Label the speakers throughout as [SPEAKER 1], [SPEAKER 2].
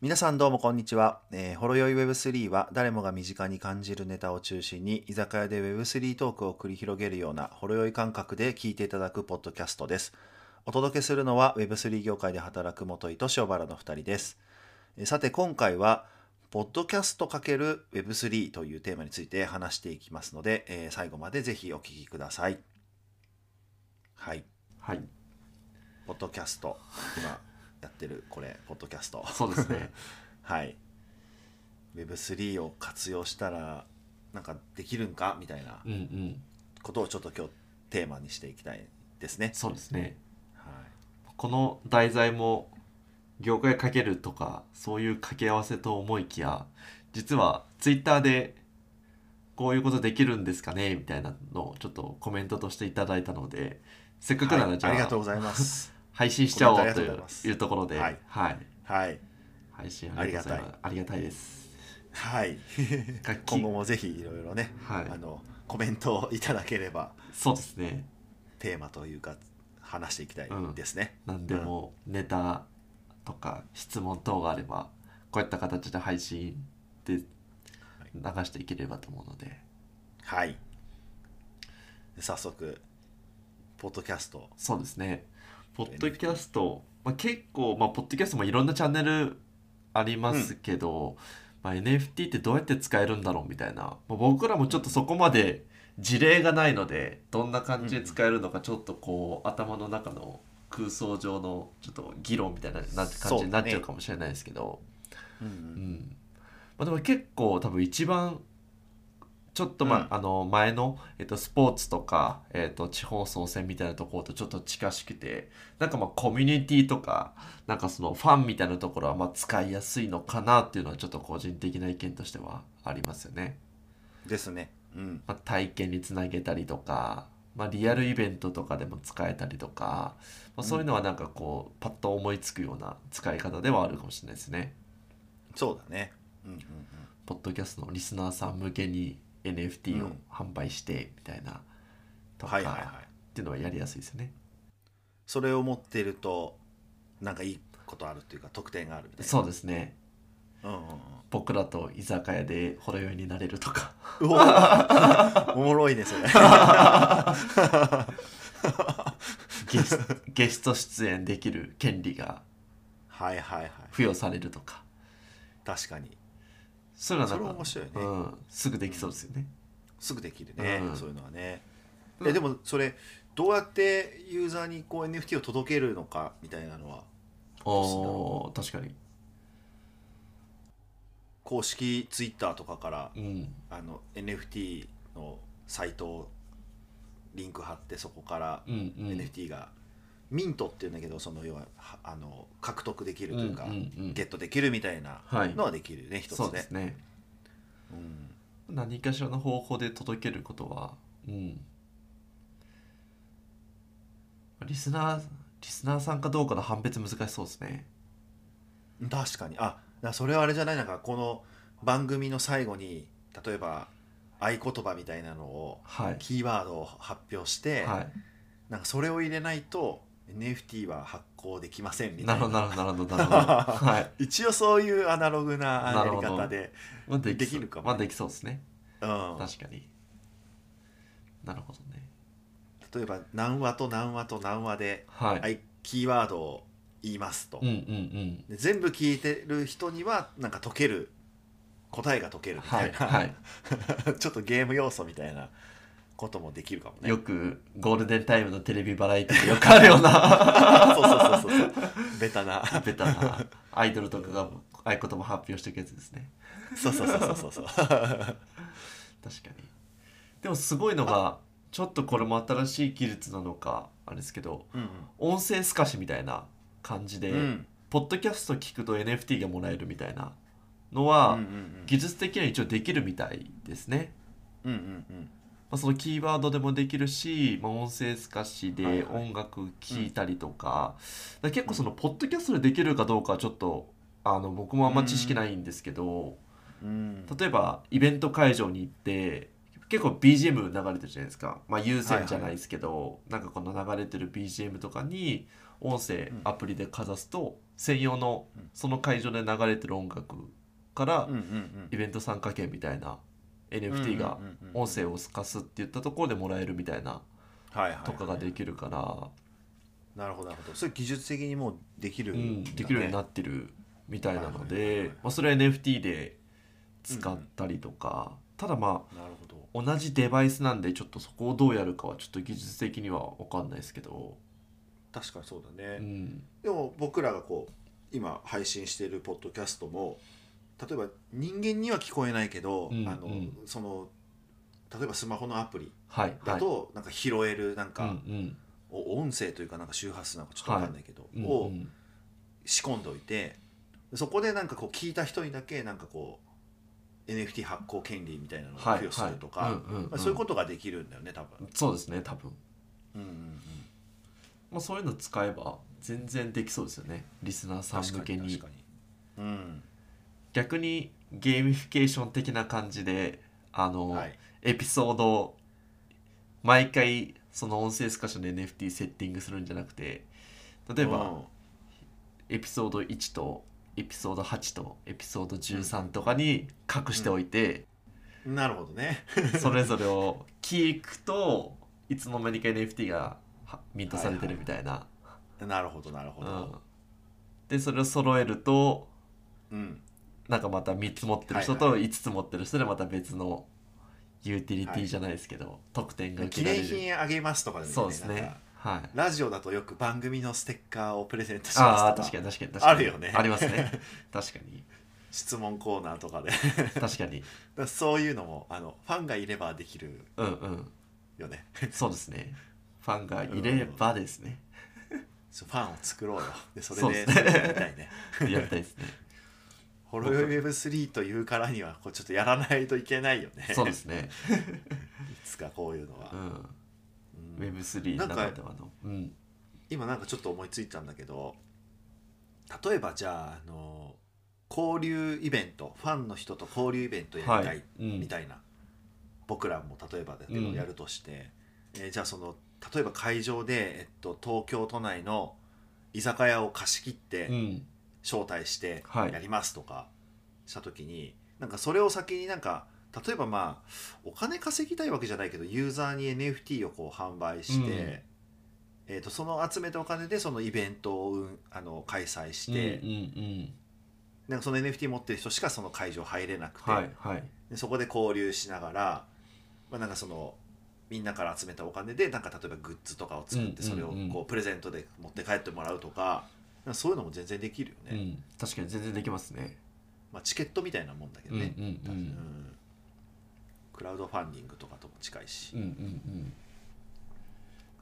[SPEAKER 1] 皆さんどうもこんにちは。えー、ほろよい Web3 は誰もが身近に感じるネタを中心に居酒屋で Web3 トークを繰り広げるようなほろ酔い感覚で聞いていただくポッドキャストです。お届けするのは Web3 業界で働く元井と塩原の2人です。えーさて今回はポッドキャスト ×Web3 というテーマについて話していきますので、えー最後までぜひお聞きください。はい。
[SPEAKER 2] はい、
[SPEAKER 1] ポッドキャスト。今やってるこれ、ポッドキャスト。
[SPEAKER 2] そうです ね。
[SPEAKER 1] はい、Web3 を活用したらなんかできるんかみたいな
[SPEAKER 2] うんうん、
[SPEAKER 1] ことをちょっと今日テーマにしていきたいですね。
[SPEAKER 2] そうですね。
[SPEAKER 1] はい、
[SPEAKER 2] この題材も業界かけるとかそういう掛け合わせと思いきや、実はツイッターでこういうことできるんですかねみたいなのをちょっとコメントとしていただいたので、せっかくな
[SPEAKER 1] は
[SPEAKER 2] ら
[SPEAKER 1] い
[SPEAKER 2] じゃ
[SPEAKER 1] あり
[SPEAKER 2] あ,、
[SPEAKER 1] がとうござい ます。
[SPEAKER 2] 配信しちゃお
[SPEAKER 1] コ
[SPEAKER 2] う
[SPEAKER 1] メント
[SPEAKER 2] と
[SPEAKER 1] あ
[SPEAKER 2] い
[SPEAKER 1] りがとうございうます
[SPEAKER 2] いうところで、
[SPEAKER 1] はい
[SPEAKER 2] はい、
[SPEAKER 1] はい、
[SPEAKER 2] 配信ありがとうございます。ありがたい です。
[SPEAKER 1] はい、
[SPEAKER 2] 楽器
[SPEAKER 1] 今後もぜひいろいろね、
[SPEAKER 2] はい
[SPEAKER 1] あ、のコメントをいただければ
[SPEAKER 2] そうですね。
[SPEAKER 1] テーマというか話していきたいですね。
[SPEAKER 2] 何でもネタとか質問等があればこういった形で配信で流していければと思うので
[SPEAKER 1] はい、で早速ポッドキャスト
[SPEAKER 2] そうですねポッドキャスト、まあ、結構、まあ、ポッドキャストもいろんなチャンネルありますけど、まあ、NFT ってどうやって使えるんだろうみたいな、まあ僕らもちょっとそこまで事例がないのでどんな感じで使えるのかちょっとこう頭の中の空想上のちょっと議論みたいなな感じになっちゃうかもしれないですけど。
[SPEAKER 1] うんう
[SPEAKER 2] うんんまあ、でも結構多分一番ちょっと、ま
[SPEAKER 1] う
[SPEAKER 2] あの前の、えっと、スポーツとか、えっと、地方創生みたいなところとちょっと近しくてなんかまあコミュニティとかなんかそのファンみたいなところはまあ使いやすいのかなっていうのはちょっと個人的な意見としてはありますよね。
[SPEAKER 1] ですね。うん、
[SPEAKER 2] まあ、体験につなげたりとか、まあ、リアルイベントとかでも使えたりとか、まあ、そういうのはなんかこうパッと思いつくような使い方ではあるかもしれないですね。
[SPEAKER 1] そうだね。うんうんうん、
[SPEAKER 2] ポッドキャストのリスナーさん向けに NFT
[SPEAKER 1] う
[SPEAKER 2] を
[SPEAKER 1] ん
[SPEAKER 2] 販売してみたいなとか
[SPEAKER 1] はいはいはい。
[SPEAKER 2] っていうのはやりやすいですよね。
[SPEAKER 1] それを持ってるとなんかいいことあるっていうか特典があるみたいな
[SPEAKER 2] そうですね。
[SPEAKER 1] うんうんうん
[SPEAKER 2] 僕らと居酒屋でほろ酔いになれる とか。
[SPEAKER 1] う おおもろいねそれは
[SPEAKER 2] ゲスゲスト出演できる権利が
[SPEAKER 1] いはいはい
[SPEAKER 2] 付与されるとか。
[SPEAKER 1] 確かに
[SPEAKER 2] そういうの
[SPEAKER 1] そ
[SPEAKER 2] は
[SPEAKER 1] れ
[SPEAKER 2] なん
[SPEAKER 1] 面
[SPEAKER 2] か、
[SPEAKER 1] 白いね、
[SPEAKER 2] うん、すぐできそうですよね。
[SPEAKER 1] すぐできるね、
[SPEAKER 2] うん
[SPEAKER 1] そういうのはね、
[SPEAKER 2] うん
[SPEAKER 1] えでもそれどうやってユーザーにこう NFT を届けるのかみたいなのは
[SPEAKER 2] おー確かに。
[SPEAKER 1] 公式 Twitter とかから
[SPEAKER 2] うん。
[SPEAKER 1] あの NFT のサイトをリンク貼ってそこから
[SPEAKER 2] うんうん。
[SPEAKER 1] NFT がミントっていうんだけどその要ははあの獲得できるというか、
[SPEAKER 2] うんうんうん
[SPEAKER 1] ゲットできるみたいな
[SPEAKER 2] はい
[SPEAKER 1] の。はできるね、一つ
[SPEAKER 2] そうで
[SPEAKER 1] ね
[SPEAKER 2] す、ね。
[SPEAKER 1] うん、
[SPEAKER 2] 何かしらの方法で届けることは、うん、リスナーリスナーさんかどうかの判別難しそうですね
[SPEAKER 1] 確かにあだからそれはあれじゃないなんかこの番組の最後に例えば合言葉みたいなのを
[SPEAKER 2] はい
[SPEAKER 1] キーワードを発表して、
[SPEAKER 2] はい
[SPEAKER 1] なんかそれを入れないと NFT は発行できませんみた
[SPEAKER 2] ないる
[SPEAKER 1] な
[SPEAKER 2] ほどなるほどなるほど なるほどはい、
[SPEAKER 1] 一応そういうアナログなやり
[SPEAKER 2] なるほ
[SPEAKER 1] 方
[SPEAKER 2] ど
[SPEAKER 1] で、
[SPEAKER 2] まあ、できそう
[SPEAKER 1] できるかもね
[SPEAKER 2] まあできそうですね
[SPEAKER 1] うん、
[SPEAKER 2] 確かになるほどね
[SPEAKER 1] 例えば何話と何話と何話で、
[SPEAKER 2] はい、
[SPEAKER 1] はい、キーワードを言いますと、
[SPEAKER 2] うんうんうん
[SPEAKER 1] で全部聞いてる人にはなんか解ける答えが解けるみ
[SPEAKER 2] は
[SPEAKER 1] た
[SPEAKER 2] い
[SPEAKER 1] いな、
[SPEAKER 2] はい、
[SPEAKER 1] ちょっとゲーム要素みたいなこともできるかもね
[SPEAKER 2] よくゴールデンタイムのテレビバラエティーでよくあるような
[SPEAKER 1] そうそうそうそうそうベタな
[SPEAKER 2] ベタなアイドルとかが合言葉発表していくやつですね
[SPEAKER 1] そうそうそうそうそうそう
[SPEAKER 2] 確かにでもすごいのがちょっとこれも新しい技術なのかあれですけど
[SPEAKER 1] うん
[SPEAKER 2] 音声透かしみたいな感じで、
[SPEAKER 1] うんうん
[SPEAKER 2] ポッドキャスト聞くと NFT がもらえるみたいなの
[SPEAKER 1] うん
[SPEAKER 2] は、
[SPEAKER 1] うん
[SPEAKER 2] 技術的には一応できるみたいですね、
[SPEAKER 1] うんうんうん
[SPEAKER 2] まあ、そのキーワードでもできるし、まあ、音声透かし
[SPEAKER 1] はい
[SPEAKER 2] で
[SPEAKER 1] はい
[SPEAKER 2] 音楽聴いたりとか,、結構そのポッドキャストでできるかどうかはちょっとあの僕もあんま知識ないんですけど、
[SPEAKER 1] うん
[SPEAKER 2] 例えばイベント会場に行って結構 BGM 流れてるじゃないですか、まあ、有線じゃないですけど、なんかこの流れてる BGM とかに音声
[SPEAKER 1] うん
[SPEAKER 2] アプリでかざすと、専用の
[SPEAKER 1] うん
[SPEAKER 2] その会場で流れてる音楽から
[SPEAKER 1] うんうんうん
[SPEAKER 2] イベント参加券みたいな NFT が
[SPEAKER 1] うんうんうんうん
[SPEAKER 2] 音声を透かすって言ったところでもらえるみたいな
[SPEAKER 1] はいはいはい
[SPEAKER 2] とかができるから、
[SPEAKER 1] なるほどなるほどそれ技術的にもうできる、
[SPEAKER 2] うん、できるようにな
[SPEAKER 1] っ
[SPEAKER 2] ってるみたいなの
[SPEAKER 1] はいはいはい
[SPEAKER 2] で
[SPEAKER 1] はい、
[SPEAKER 2] まあ、それは NFT で使ったりとか、ただま
[SPEAKER 1] なるほど
[SPEAKER 2] あ同じデバイスなんでちょっとそこをどうやるかはちょっと技術的には分かんないですけど、
[SPEAKER 1] 確かにそうだね、
[SPEAKER 2] うん、
[SPEAKER 1] でも僕らがこう今配信しているポッドキャストも例えば人間には聞こえないけど、
[SPEAKER 2] うん
[SPEAKER 1] あの
[SPEAKER 2] うん
[SPEAKER 1] その例えばスマホのアプリ
[SPEAKER 2] はいは
[SPEAKER 1] だ
[SPEAKER 2] い
[SPEAKER 1] となんか拾えるなん
[SPEAKER 2] うん
[SPEAKER 1] か、
[SPEAKER 2] うん
[SPEAKER 1] お音声というかなんか周波数なんかちょっとわかんないけど、
[SPEAKER 2] うんう
[SPEAKER 1] を
[SPEAKER 2] ん
[SPEAKER 1] 仕込んでおいてそこでなんかこう聞いた人にだけなんかこう NFT 発行権利みたいなのを
[SPEAKER 2] は
[SPEAKER 1] 付
[SPEAKER 2] い
[SPEAKER 1] 与す
[SPEAKER 2] は
[SPEAKER 1] る
[SPEAKER 2] い
[SPEAKER 1] とか、
[SPEAKER 2] うんうん
[SPEAKER 1] まあ、そういうことができるんだよね多分。
[SPEAKER 2] そうですね多分、
[SPEAKER 1] うんうんうん
[SPEAKER 2] まあ、そういうの使えば全然できそうですよねリスナーさん
[SPEAKER 1] 確
[SPEAKER 2] 向
[SPEAKER 1] か
[SPEAKER 2] けに
[SPEAKER 1] に確かに。うん
[SPEAKER 2] 逆にゲーミフィケーション的な感じであの、
[SPEAKER 1] はい、
[SPEAKER 2] エピソードを毎回その音声スカッションで NFT セッティングするんじゃなくて例えばエピソード1とエピソード8とエピソード13とかに隠しておいて、
[SPEAKER 1] うん、なるほどね。
[SPEAKER 2] それぞれを聞くといつの間にか NFT がはミントされてるみたいな、
[SPEAKER 1] なるほどなるほ
[SPEAKER 2] うん
[SPEAKER 1] ど。、
[SPEAKER 2] でそれを揃えると
[SPEAKER 1] うん。
[SPEAKER 2] なんかまた3つ持ってる人
[SPEAKER 1] はい
[SPEAKER 2] と5つ持ってる人でまた別のユーティリティじゃないですけど、特典が受
[SPEAKER 1] 記
[SPEAKER 2] けられ
[SPEAKER 1] 念
[SPEAKER 2] る
[SPEAKER 1] 品あげますとかでもいい
[SPEAKER 2] そうです
[SPEAKER 1] なん
[SPEAKER 2] ね
[SPEAKER 1] か
[SPEAKER 2] はい
[SPEAKER 1] ラジオだとよく番組のステッカーをプレゼントし
[SPEAKER 2] ああ
[SPEAKER 1] ますと
[SPEAKER 2] 確
[SPEAKER 1] か
[SPEAKER 2] かに確かに確かに
[SPEAKER 1] あるよね
[SPEAKER 2] ありますね 確かに
[SPEAKER 1] 質問コーナーとかで
[SPEAKER 2] 確かに
[SPEAKER 1] そういうのもあのファンがいればできる
[SPEAKER 2] うんうん
[SPEAKER 1] よね
[SPEAKER 2] そうですねファンがいればですね、
[SPEAKER 1] そうファンを作ろうよでそれ
[SPEAKER 2] そう
[SPEAKER 1] で
[SPEAKER 2] で
[SPEAKER 1] そ
[SPEAKER 2] すね
[SPEAKER 1] れやりた いね
[SPEAKER 2] やりたいで すね
[SPEAKER 1] ホロウェブ3というからにはこうちょっとやらないといけないよね
[SPEAKER 2] そうですね
[SPEAKER 1] いつかこういうのは
[SPEAKER 2] う、ん
[SPEAKER 1] うん
[SPEAKER 2] Web3
[SPEAKER 1] な
[SPEAKER 2] なん
[SPEAKER 1] か
[SPEAKER 2] らではのうん
[SPEAKER 1] 今なんかちょっと思いついたんだけど例えばじゃああの交流イベントファンの人と交流イベントやりたい、
[SPEAKER 2] はいうん
[SPEAKER 1] みたいな僕らも例えばだけ
[SPEAKER 2] う
[SPEAKER 1] ど
[SPEAKER 2] ん
[SPEAKER 1] やるとして、えーじゃあその例えば会場で、えっと、東京都内の居酒屋を貸し切って
[SPEAKER 2] うん
[SPEAKER 1] 招待して
[SPEAKER 2] はい
[SPEAKER 1] やりますとかした時に、なんかそれを先になんか例えばまあお金稼ぎたいわけじゃないけどユーザーに NFT をこう販売して、
[SPEAKER 2] うん
[SPEAKER 1] えー、とその集めたお金でそのイベントをうんあの開催して、
[SPEAKER 2] うんうん
[SPEAKER 1] なんかその NFT 持ってる人しかその会場入れなくて、
[SPEAKER 2] うんはいはい
[SPEAKER 1] でそこで交流しながら、まあ、なんかそのみんなから集めたお金でなんか例えばグッズとかを作って
[SPEAKER 2] うん
[SPEAKER 1] それを
[SPEAKER 2] うんうん
[SPEAKER 1] こうプレゼントで持って帰ってもらうとかなんかそういうのも全然できるよね、
[SPEAKER 2] うん確かに全然できますね
[SPEAKER 1] まあ、チケットみたいなもんだけ
[SPEAKER 2] う
[SPEAKER 1] ど
[SPEAKER 2] んうん
[SPEAKER 1] ね、
[SPEAKER 2] う
[SPEAKER 1] うんんクラウドファンディングとかとも近いし、
[SPEAKER 2] うんうんうん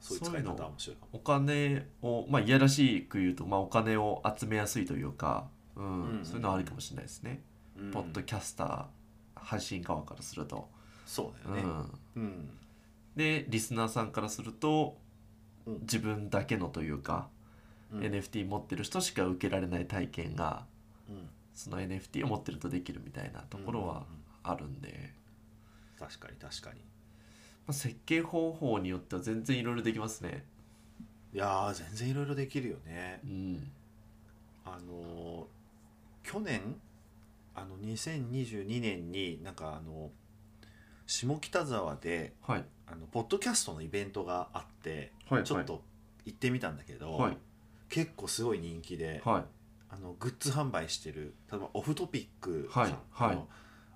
[SPEAKER 1] そういう
[SPEAKER 2] そ
[SPEAKER 1] 使い
[SPEAKER 2] ういうの
[SPEAKER 1] 方は面白いかも。
[SPEAKER 2] お金をまあいやらしく言うとまあお金を集めやすいというかうん、
[SPEAKER 1] うんうん
[SPEAKER 2] そういうのはありかもしれないですね
[SPEAKER 1] うん
[SPEAKER 2] ポッドキャスター配信側からすると、
[SPEAKER 1] そうだよ
[SPEAKER 2] う
[SPEAKER 1] ね、
[SPEAKER 2] ん、
[SPEAKER 1] うん
[SPEAKER 2] でリスナーさんからすると
[SPEAKER 1] うん
[SPEAKER 2] 自分だけのというか、
[SPEAKER 1] うん
[SPEAKER 2] NFT 持ってる人しか受けられない体験が
[SPEAKER 1] うん
[SPEAKER 2] その NFT を持ってるとできるみたいなところは
[SPEAKER 1] うんうんうん
[SPEAKER 2] あるんで、
[SPEAKER 1] 確かに確かに
[SPEAKER 2] まあ、設計方法によっては全然いろいろできますね。
[SPEAKER 1] いやー全然いろいろできるよね
[SPEAKER 2] うん、
[SPEAKER 1] あのー去年あの2022年になんかあの下北沢で
[SPEAKER 2] はい
[SPEAKER 1] あのポッドキャストのイベントがあって、
[SPEAKER 2] はいはい
[SPEAKER 1] ちょっと行ってみたんだけど、
[SPEAKER 2] はい
[SPEAKER 1] 結構すごい人気で、
[SPEAKER 2] はい
[SPEAKER 1] あのグッズ販売してる例えばオフトピック
[SPEAKER 2] はい
[SPEAKER 1] さん
[SPEAKER 2] はい
[SPEAKER 1] あの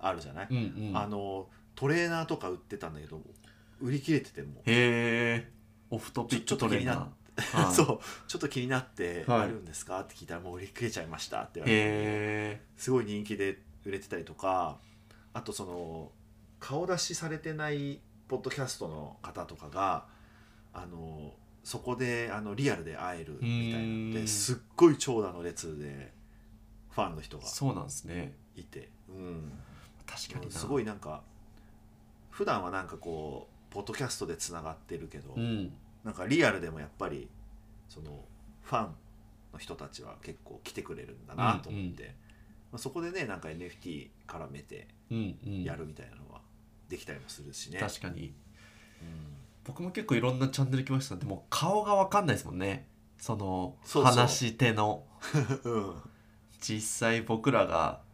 [SPEAKER 1] あるじゃない、
[SPEAKER 2] うんうん、
[SPEAKER 1] あのトレーナーとか売ってたんだけど売り切れててもう
[SPEAKER 2] へえオフトピッ
[SPEAKER 1] ちょ
[SPEAKER 2] ク
[SPEAKER 1] ちょっと
[SPEAKER 2] ト
[SPEAKER 1] 気
[SPEAKER 2] レ
[SPEAKER 1] に
[SPEAKER 2] ー
[SPEAKER 1] な
[SPEAKER 2] ナ ー、
[SPEAKER 1] そううちょっと気になって
[SPEAKER 2] はい
[SPEAKER 1] あるんですか、って聞いたらもう売り切れちゃいましたって言われて
[SPEAKER 2] へえ
[SPEAKER 1] すごい人気で売れてたりとかあとその顔出しされてないポッドキャストの方とかがあのそこであのリアルで会えるみたいなの
[SPEAKER 2] う
[SPEAKER 1] で
[SPEAKER 2] ん
[SPEAKER 1] すっごい長蛇の列でファンの人が
[SPEAKER 2] そうなんですね
[SPEAKER 1] いて、うん、
[SPEAKER 2] 確かにな
[SPEAKER 1] すごいなんか普段はなんかこうポッドキャストでつながってるけど、
[SPEAKER 2] うん
[SPEAKER 1] なんかリアルでもやっぱりそのファンの人たちは結構来てくれるんだなと思って、まあ、そこでねなんか NFT 絡めて
[SPEAKER 2] うんうん
[SPEAKER 1] やるみたいなのはできたりもするしね。
[SPEAKER 2] 確か
[SPEAKER 1] う
[SPEAKER 2] に
[SPEAKER 1] ん
[SPEAKER 2] 僕も結構いろんなチャンネル来ましたでも顔が分かんないですもんねその
[SPEAKER 1] そうそう
[SPEAKER 2] 話し手の
[SPEAKER 1] うん
[SPEAKER 2] 実際僕らが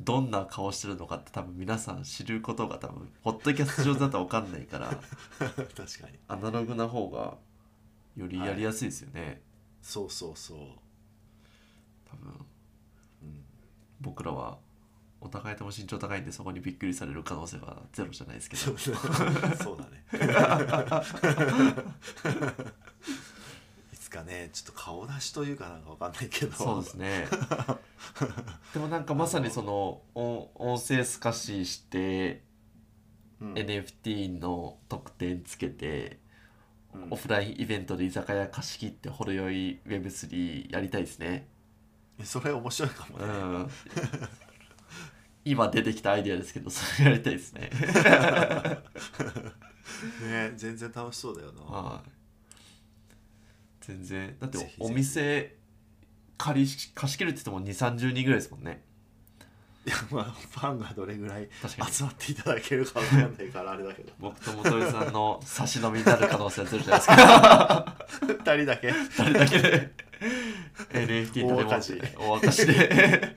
[SPEAKER 2] どんな顔してるのかって多分皆さん知ることが多分ホットキャスト上手だと分かんないから
[SPEAKER 1] 確かに
[SPEAKER 2] アナログな方がよりやりやすいですよね、
[SPEAKER 1] そうそうそう、
[SPEAKER 2] 多分
[SPEAKER 1] うん、
[SPEAKER 2] 僕らはお互いとも身長高いんでそこにびっくりされる可能性はゼロじゃないですけ
[SPEAKER 1] そ
[SPEAKER 2] ど
[SPEAKER 1] うそうだね いつかねちょっと顔出しというかなんかわかんないけど
[SPEAKER 2] そうです ねでもなんかまさにその音音声透かしして
[SPEAKER 1] うん
[SPEAKER 2] NFT の特典つけて、
[SPEAKER 1] うん
[SPEAKER 2] オフラインイベントで居酒屋貸し切ってほろ酔い Web3 やりたいですね
[SPEAKER 1] それ面白いかも
[SPEAKER 2] う
[SPEAKER 1] ね、
[SPEAKER 2] ん 今出てきたアイデアですけどそれやりたいですね
[SPEAKER 1] ね全然楽しそうだよな
[SPEAKER 2] はい全然だって
[SPEAKER 1] ぜひぜ
[SPEAKER 2] お
[SPEAKER 1] ひ
[SPEAKER 2] 店借りし貸し切るって言っても2 3 0人ぐらいですもんね
[SPEAKER 1] いや まあファンがどれぐらい
[SPEAKER 2] 確かに
[SPEAKER 1] 集まっていただけるかわかんないからあれだ けど
[SPEAKER 2] 僕と元井さんの差し飲みになる可能性はゼロじゃないですか
[SPEAKER 1] 二人だけ
[SPEAKER 2] 誰だけで NFT 食べ
[SPEAKER 1] 大赤
[SPEAKER 2] 物
[SPEAKER 1] 字
[SPEAKER 2] で大赤字で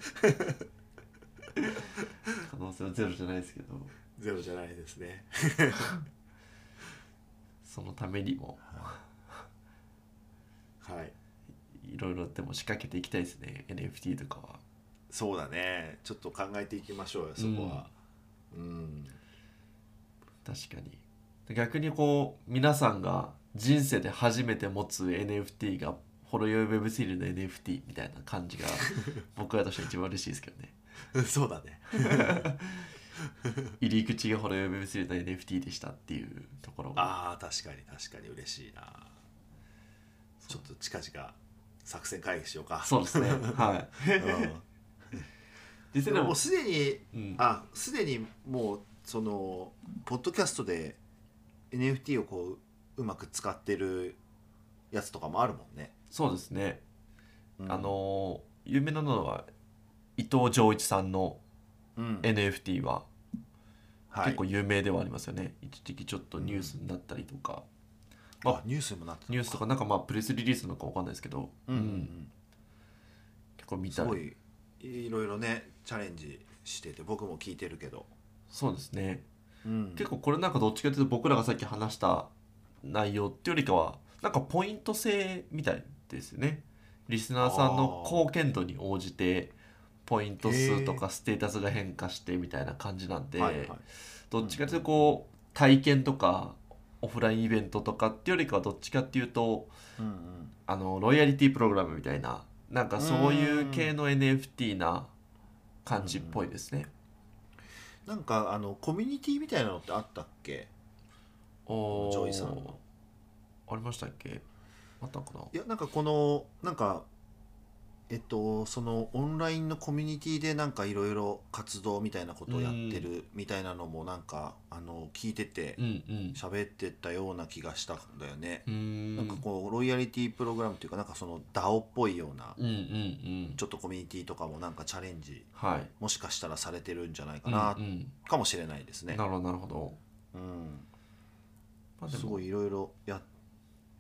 [SPEAKER 2] 可能性はゼロじゃないですけど
[SPEAKER 1] ゼロじゃないですね
[SPEAKER 2] そのためにも
[SPEAKER 1] はい
[SPEAKER 2] いろいろでも仕掛けていきたいですね NFT とかは
[SPEAKER 1] そうだねちょっと考えていきましょうよそこはうん、
[SPEAKER 2] 確かに逆にこう皆さんが人生で初めて持つ NFT がほろ酔い Web3 の NFT みたいな感 じが僕らとしては一番嬉しいですけどね
[SPEAKER 1] そうだね
[SPEAKER 2] 入り口がほろ酔い Web3 の NFT でしたっていうところが
[SPEAKER 1] あー確かに確かに嬉しいなちょっと近々作戦会議しようか
[SPEAKER 2] そうですねは
[SPEAKER 1] う
[SPEAKER 2] い
[SPEAKER 1] んで
[SPEAKER 2] 実際
[SPEAKER 1] も
[SPEAKER 2] で
[SPEAKER 1] も
[SPEAKER 2] も
[SPEAKER 1] う、すでに
[SPEAKER 2] うん、
[SPEAKER 1] あすでにもうそのポッドキャストで NFT をこううまく使ってるやつとかもあるもんね、
[SPEAKER 2] そうですね、
[SPEAKER 1] うん
[SPEAKER 2] あ、のー有名なのは伊藤浄一さんの
[SPEAKER 1] うん
[SPEAKER 2] NFT は
[SPEAKER 1] はい、
[SPEAKER 2] 結構有名ではありますよね、一時期ちょっとニュースになったりとか、
[SPEAKER 1] あニュースにもなってた
[SPEAKER 2] ニュースとかなんかまあプレスリリースなのかわかんないですけど、
[SPEAKER 1] うん、う
[SPEAKER 2] うん
[SPEAKER 1] ん
[SPEAKER 2] 結構見
[SPEAKER 1] す
[SPEAKER 2] た
[SPEAKER 1] ご
[SPEAKER 2] り
[SPEAKER 1] いいろいろねチャレンジしてて僕も聞いてるけど、
[SPEAKER 2] そうですね、
[SPEAKER 1] うん、
[SPEAKER 2] 結構これなんかどっちかというと僕らがさっき話した内容っていうよりかはなんかポイント制みたいですよねリスナーさんの貢献度に応じてポイント数とかステータスが変化してみたいな感じなんで、
[SPEAKER 1] はいはい
[SPEAKER 2] どっちかというとこう体験とかオフラインイベントとかっていうよりかはどっちかっていうと
[SPEAKER 1] うんうん、
[SPEAKER 2] あのロイヤリティプログラムみたいななんかそういううん系の NFT な感じっぽいですね。
[SPEAKER 1] なんかあのコミュニティみたいなのってあったっけ
[SPEAKER 2] おー
[SPEAKER 1] ジョイさんの
[SPEAKER 2] ありましたっけあったかない
[SPEAKER 1] やなんかこのなんかえっとそのオンラインのコミュニティでなんかいろいろ活動みたいなことをやってるみたいなのもなんかあの聞いてて
[SPEAKER 2] うんうん
[SPEAKER 1] 喋ってたような気がしたんだよね。
[SPEAKER 2] うーん
[SPEAKER 1] なんかこうロイヤリティプログラムというかなんかその DAO っぽいような
[SPEAKER 2] うんうんうん
[SPEAKER 1] ちょっとコミュニティとかもなんかチャレンジ
[SPEAKER 2] はい
[SPEAKER 1] もしかしたらされてるんじゃないかな、
[SPEAKER 2] うんうん
[SPEAKER 1] かもしれないですね
[SPEAKER 2] な。るほどなるほど、
[SPEAKER 1] うん、
[SPEAKER 2] まあ、ですも
[SPEAKER 1] ごいいろいろやっ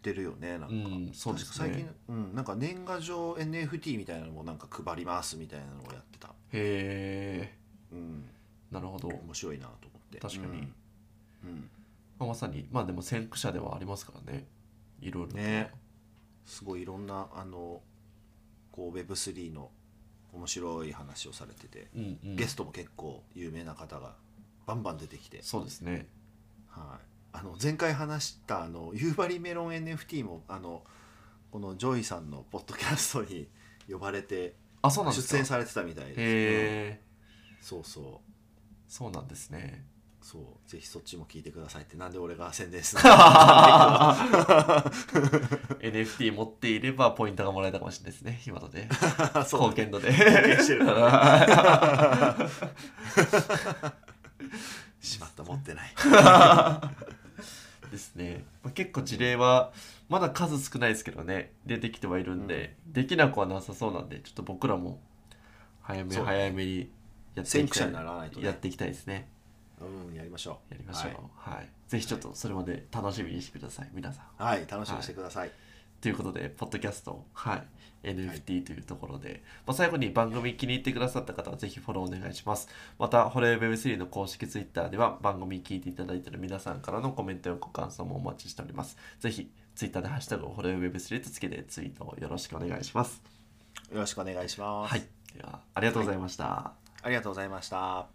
[SPEAKER 1] てるよねなんか。
[SPEAKER 2] うんそうです
[SPEAKER 1] 確か最
[SPEAKER 2] ね
[SPEAKER 1] 近、うん、なんか年賀状 NFT みたいなのもなんか配りますみたいなのをやってた、
[SPEAKER 2] へえ
[SPEAKER 1] うん、
[SPEAKER 2] なるほど、
[SPEAKER 1] 面白いなと思って
[SPEAKER 2] 確かに、
[SPEAKER 1] うんうん
[SPEAKER 2] まあ、まさにまあでも先駆者ではありますからねいろいろと
[SPEAKER 1] ねすごいいろんなあのこう Web3 の面白い話をされてて、
[SPEAKER 2] うんうん
[SPEAKER 1] ゲストも結構有名な方がバンバン出てきて、
[SPEAKER 2] そうですね
[SPEAKER 1] はい、あの前回話したあの夕張メロン NFT もあのこのジョイさんのポッドキャストに呼ばれて
[SPEAKER 2] あそうなんです
[SPEAKER 1] 出
[SPEAKER 2] か
[SPEAKER 1] 演されてたみたいですうん
[SPEAKER 2] へえ
[SPEAKER 1] そうそう
[SPEAKER 2] そうなんですね
[SPEAKER 1] そう、ぜひそっちも聞いてくださいって、なんで俺が宣伝するの
[SPEAKER 2] NFT 持っていればポイントがもらえたかもしれないですね今ので
[SPEAKER 1] そう
[SPEAKER 2] 貢献度で
[SPEAKER 1] 献してるか しまった、持って ない。
[SPEAKER 2] ですね、まあ、結構事例はまだ数少ないですけどね出てきてはいるんで、できなくはなさそうなんでちょっと僕らも早め
[SPEAKER 1] そうね
[SPEAKER 2] 早めにやって
[SPEAKER 1] 先
[SPEAKER 2] いき
[SPEAKER 1] 駆
[SPEAKER 2] た
[SPEAKER 1] 者に
[SPEAKER 2] い、
[SPEAKER 1] ならないと
[SPEAKER 2] や
[SPEAKER 1] ね
[SPEAKER 2] っ。ていきたいですね
[SPEAKER 1] うん、やりましょう。
[SPEAKER 2] やりましょう。はい、ぜひちょっとそれまで楽しみにしてください、皆さん。
[SPEAKER 1] はい、はい楽しみにしてください。
[SPEAKER 2] ということで、ポッドキャスト、はい、NFT というところで、まあ、最後に番組気に入ってくださった方はぜひフォローお願いします。また、ホレウェブ3の公式 Twitter では番組聞いていただいている皆さんからのコメントやご感想もお待ちしております。ぜひ、Twitter でハッシュタグをホレウェブ3とつけてツイートをよろしくお願いします。
[SPEAKER 1] よろしくお願いします。
[SPEAKER 2] はい、では、ありがとうございました。
[SPEAKER 1] ありがとうございました。